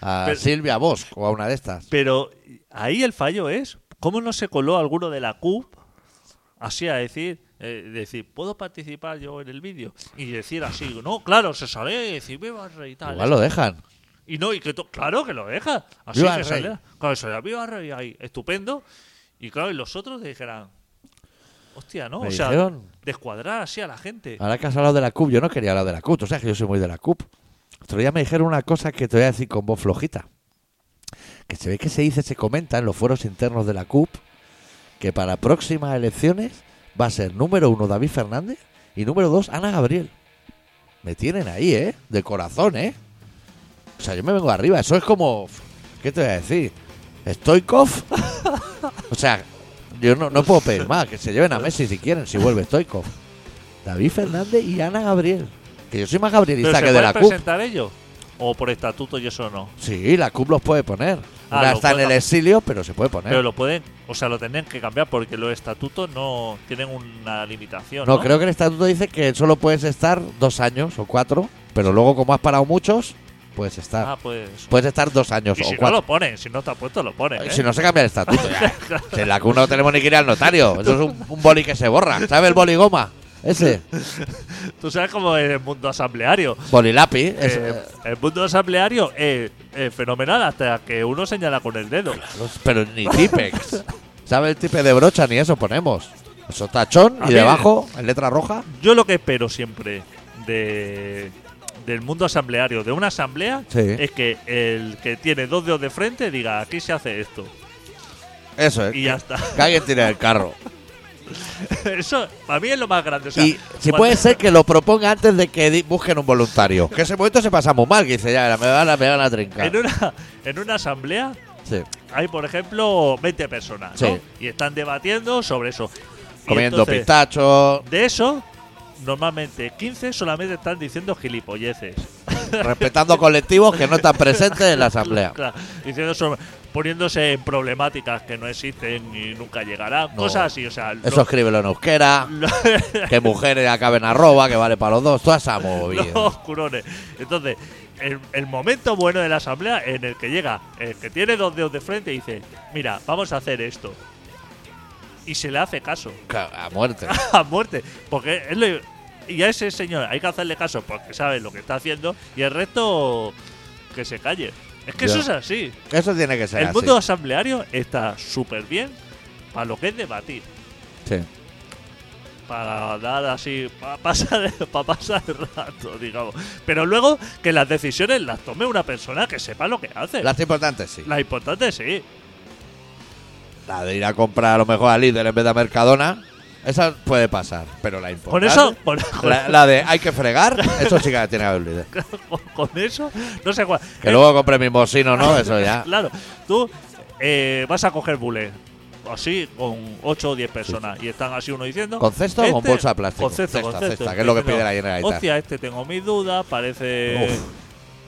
a
Pero-
Silvia Bosch o a una de estas.
Pero ahí el fallo es: ¿cómo no se coló alguno de la CUP así a decir. eh, decir, ¿puedo participar yo en el vídeo? Y decir así, no, claro, se sale y decir, viva el rey y tal.
Igual lo dejan.
Y no, y que to- claro que lo deja. Así
Viva
que
el rey.
saliera. Claro, saliera, viva el rey ahí, estupendo. Y claro, y los otros dijeran, hostia, ¿no?
Me
o sea,
dijeron-
descuadrar así a la gente.
Ahora que has hablado de la CUP, yo no quería hablar de la CUP. Tú sabes que yo soy muy de la CUP. Otro día me dijeron una cosa que te voy a decir con voz flojita. Que se ve que se dice, se comenta en los foros internos de la CUP que para próximas elecciones va a ser número uno David Fernández y número dos Ana Gabriel. Me tienen ahí, ¿eh? De corazón, ¿eh? O sea, yo me vengo arriba. Eso es como. ¿Qué te voy a decir? ¿Stoikov? o sea, yo no, no puedo pedir más. Que se lleven a Messi si quieren, si vuelve Stoikov. David Fernández y Ana Gabriel. Que yo soy más
¿Pero
gabrielista
se
que de
pueden
la CUP.
presentar ellos? ¿O por estatuto y eso no?
Sí, la CUP los puede poner.
Ah,
Una
lo
está en
puede-
el exilio, pero se puede poner.
Pero lo pueden, o sea, lo tendrían que cambiar porque los estatutos no tienen una limitación. No,
No, creo que el estatuto dice que solo puedes estar dos años o cuatro, pero luego como has parado muchos, puedes estar.
Ah, pues.
Puedes estar dos años
Y
o
si no
cuatro.
lo ponen, si no está puesto, lo ponen. ¿eh?
Si no se cambia el estatuto, ya. Si en la CUP no tenemos ni que ir al notario. Eso es un, un boli que se borra. ¿Sabes el boli goma? Ese.
Tú sabes cómo es el mundo asambleario.
Boli lápiz. ese.
Eh, el mundo asambleario es, es fenomenal hasta que uno señala con el dedo.
Los- pero ni tipex. ¿Sabes el tipe de brocha? Ni eso ponemos. Eso tachón
A
y
mí-
debajo, en letra roja.
Yo lo que espero siempre de del mundo asambleario, de una asamblea,
Sí.
es que el que tiene dos dedos de frente diga aquí se hace esto.
Eso es.
Y ya está.
Que alguien tire el carro.
Eso para mí es lo más grande. o sea,
y si
cuando-
puede ser que lo proponga antes de que di- busquen un voluntario. Que ese momento se pasa muy mal, que dice, ya, me van a, me van a trincar.
en una, en una asamblea
Sí.
hay, por ejemplo, 20 personas ¿no?
Sí.
y están debatiendo sobre eso. Y
Comiendo
entonces,
pistachos,
De eso, normalmente 15 solamente están diciendo gilipolleces.
respetando colectivos que no están presentes en la asamblea.
Claro, diciendo sobre- poniéndose en problemáticas que no existen y nunca llegarán,
No.
cosas así, o sea, lo-
Eso escríbelo en euskera,
lo-
que mujeres acaben arroba, que vale para los dos. Toda esa movida.
los curones. Entonces, el, el momento bueno de la asamblea en el que llega el que tiene dos dedos de frente y dice, mira, vamos a hacer esto. Y se le hace caso.
A muerte.
a muerte. Porque es lo- y a ese señor hay que hacerle caso porque sabe lo que está haciendo y el resto que se calle. Es que
Ya.
eso es así.
Eso tiene que ser
el
así.
mundo asambleario está súper bien para lo que es debatir.
Sí.
Para dar así, para pasar, pa pasar el rato, digamos. Pero luego que las decisiones las tome una persona que sepa lo que hace. Las
Las importantes, sí.
importantes sí.
La de ir a comprar a lo mejor a Lidl en vez de a Mercadona, esa puede pasar. Pero Pues la
Con
importante...
eso, con, con-
La, la de hay que fregar, eso sí que tiene que haber un líder.
con eso, no sé cuál.
Que luego compré mi bocino, ¿no? Eso ya.
Claro, tú eh, vas a coger bullet así con 8 o 10 personas y están así uno diciendo "Este
¿Con cesto o con bolsa de plástico?
con cesto,
Cesta,
con cesto,
cesta, que es lo que
diciendo,
pide la Generalitat.
hostia este tengo mis dudas parece
Uf,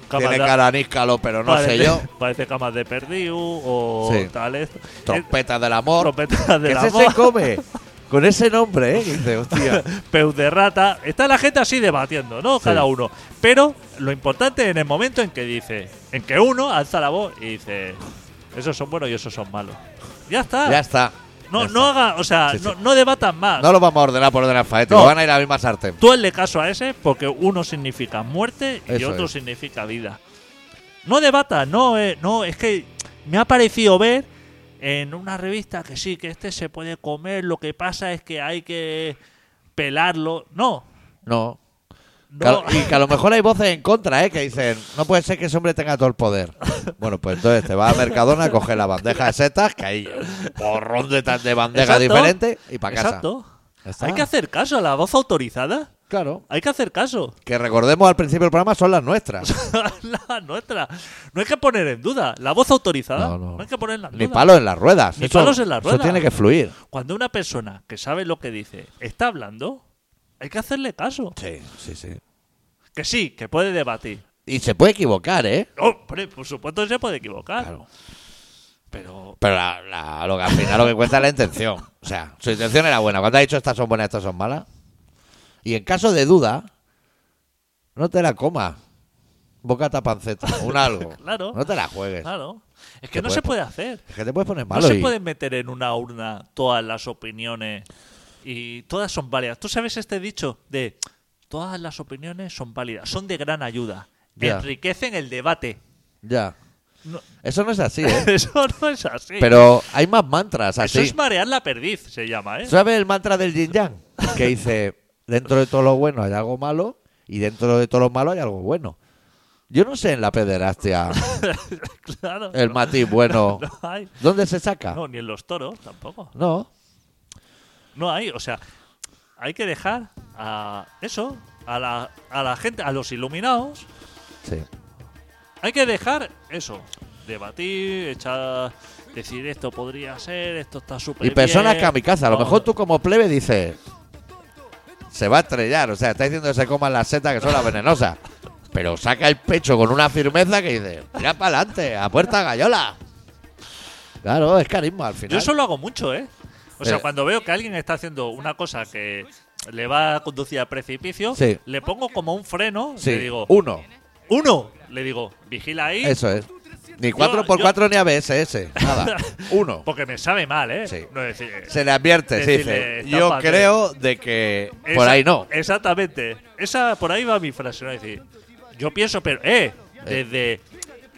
camas
Tiene
de-
cara a níscalo, pero no
parece,
sé yo.
parece camas de perdiu o
Sí.
tal esto
Trompetas del amor.
trompetas de
¿Qué
la
se se come? Con ese nombre, ¿eh? Que Dice, hostia.
peus de rata está la gente así debatiendo no cada uno pero lo importante es en el momento en que dice en que uno alza la voz y dice esos son buenos y esos son malos ya está
Ya está.
No,
Ya
no
está.
haga, o sea,
Sí, sí.
No, no debatan más.
No lo vamos a ordenar por orden alfabético,
No.
van a ir a la misma sartén.
Tú hazle caso a ese porque uno significa muerte y
Eso
otro
es.
significa vida. No debatas, no, eh, no, es que me ha parecido ver en una revista que sí, que este se puede comer, lo que pasa es que hay que pelarlo. No,
No.
no.
Que a- Y que a lo mejor hay voces en contra, ¿eh? Que dicen, no puede ser que ese hombre tenga todo el poder. Bueno, pues entonces te vas a Mercadona, coges la bandeja de setas, que hay un borrón de, tan- de bandejas
Exacto.
diferentes, y para casa.
Exacto.
Ya está.
Hay que hacer caso a la voz autorizada.
Claro.
Hay que hacer caso.
Que recordemos al principio del programa son las nuestras.
la nuestra. No hay que poner en duda. La voz autorizada.
No,
No,
no.
hay que ponerla en duda.
Ni palos en las ruedas.
Ni
eso,
palos en las
eso
ruedas.
tiene que fluir.
Cuando una persona que sabe lo que dice está hablando, hay que hacerle caso.
Sí, sí, sí.
Que sí, que puede debatir. Oh,
Y se puede equivocar, ¿eh?
Hombre, por supuesto que se puede equivocar.
Claro.
Pero
Pero la- la- lo que al final lo que cuenta es la intención. O sea, su intención era buena. Cuando ha dicho estas son buenas, estas son malas. Y en caso de duda, no te la comas. Bocata panceta, un algo.
Claro.
No te la juegues.
claro. Es
Que
que no
puede
se
po-
puede hacer.
Es que te puedes poner
No
malo.
se
y-
pueden meter en una urna todas las opiniones. Y todas son válidas. ¿Tú sabes este dicho de todas las opiniones son válidas? Son de gran ayuda.
Ya.
Enriquecen el debate.
Ya.
No.
Eso no es así, ¿eh?
Eso no es así.
Pero hay más mantras así.
Eso es marear la perdiz, se llama, ¿eh?
¿Sabes el mantra del yin yang? Que dice, dentro de todo lo bueno hay algo malo y dentro de todo lo malo hay algo bueno. Yo no sé en la pederastia
claro.
el matiz bueno.
No hay.
¿Dónde se saca?
No, ni en los toros tampoco.
No.
No hay, o sea, hay que dejar a eso, a la, a la gente, a los iluminados,
Sí.
Hay que dejar eso. Debatir, echar. Decir esto podría ser, esto está súper.
Y personas
Pues bien.
kamikaze. A lo
No,
mejor tú como plebe dices. Se va a estrellar. O sea, está diciendo que se coman las setas que son las venenosas. Pero saca el pecho con una firmeza que dice, mira para adelante, a puerta gallola. Claro, es carisma al final.
Yo eso lo hago mucho, ¿eh? O sea,
Eh.
cuando veo que alguien está haciendo una cosa que le va a conducir al precipicio,
Sí.
le pongo como un freno y
sí,
le digo,
uno.
uno, le digo, vigila ahí,
Eso es. Ni
Yo-
4x4 ni ABSS. Nada. Uno.
porque me sabe mal, ¿eh?
Sí.
No es decir,
Se le advierte, sí,
Decirle,
dice, Yo
"Tápate".
creo de que por
esa-
ahí no.
Exactamente. Esa, por ahí va mi frase, ¿no? Es decir, yo pienso, pero, eh, desde,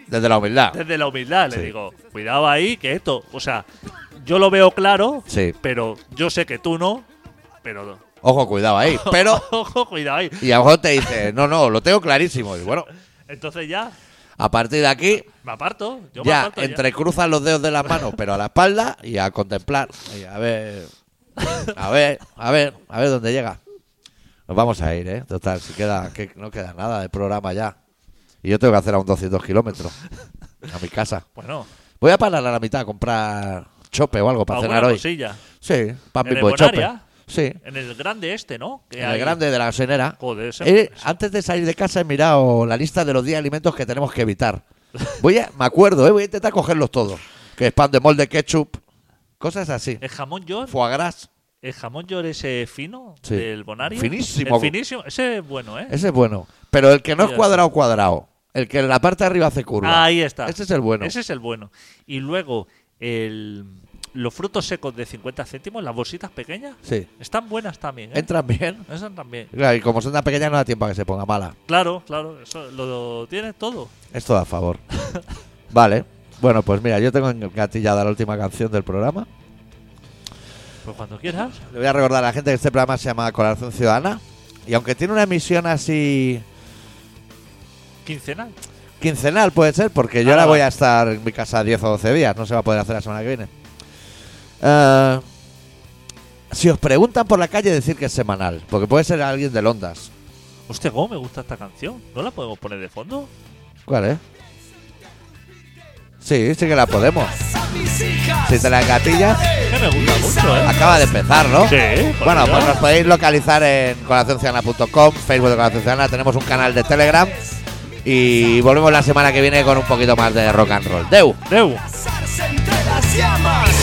Desde la humildad.
desde la humildad
Sí.
le digo, cuidado ahí, que esto, o sea, yo lo veo claro,
Sí.
pero yo sé que tú no, pero...
Ojo, cuidado ahí. Pero.
Ojo, cuidado ahí.
Y a lo mejor te dice, no, no, lo tengo clarísimo. Y bueno,
Entonces ya,
a partir de aquí,
me aparto. Yo me
ya
aparto
entrecruzas los dedos de las manos, pero a la espalda y a contemplar. Y a ver. A ver, a ver, a ver dónde llega. Nos vamos a ir, ¿eh? Total, si queda, que no queda nada de programa ya. Y yo tengo que hacer aún 200 kilómetros a mi casa.
Bueno,
Voy a parar a la mitad a comprar chope o algo para
alguna
cenar hoy.
cosilla.
Sí, pan
¿En el Eh,
pipo de chope.
Bonaria?
Sí,
En el grande este, ¿no? Que
en
hay-
el grande de la gasolinera.
Joder, ese-
Eh, antes de salir de casa he mirado la lista de los 10 alimentos que tenemos que evitar. Voy a, me acuerdo, eh, voy a intentar cogerlos todos. Que es pan de molde, ketchup, cosas así.
El jamón york,
Foie gras,
el jamón york ese fino
Sí.
del Bonario.
Finísimo.
El finísimo, ese es bueno, ¿eh?
ese es bueno. Pero el que no es
Ya
cuadrado, cuadrado. El que en la parte de arriba hace curva.
Ahí está.
Ese es el bueno.
Ese es el bueno. Y luego, el, los frutos secos de 50 céntimos, las bolsitas pequeñas,
Sí.
están buenas también, ¿eh?
Entran bien.
Esas también.
Claro, y como son tan pequeñas no da tiempo a que se ponga mala.
Claro, claro, eso lo tienes todo.
Esto da favor. vale. Bueno, pues mira, yo tengo engatillada la última canción del programa.
Pues cuando quieras.
Le voy a recordar a la gente que este programa se llama Colaboración Ciudadana. Y aunque tiene una emisión así
Quincenal.
quincenal, puede ser, porque yo
Ah,
ahora
vale.
voy a estar en mi casa 10 o 12 días, no se va a poder hacer la semana que viene. Eh, si os preguntan por la calle, decir que es semanal, porque puede ser alguien del Ondas.
Hostia, cómo me gusta esta canción. ¿No la podemos poner de fondo?
¿Cuál es? Sí, sí que la podemos. Si te la engatillas,
Que me gusta mucho, ¿eh?
acaba de empezar, ¿no?
Sí, pues
Bueno,
mira.
pues nos podéis localizar en colaboracionciudadana.com, Facebook de Colaboración Ciudadana, tenemos un canal de Telegram y volvemos la semana que viene con un poquito más de rock and roll. Deu.
Deu.
Pasarse entre las llamas.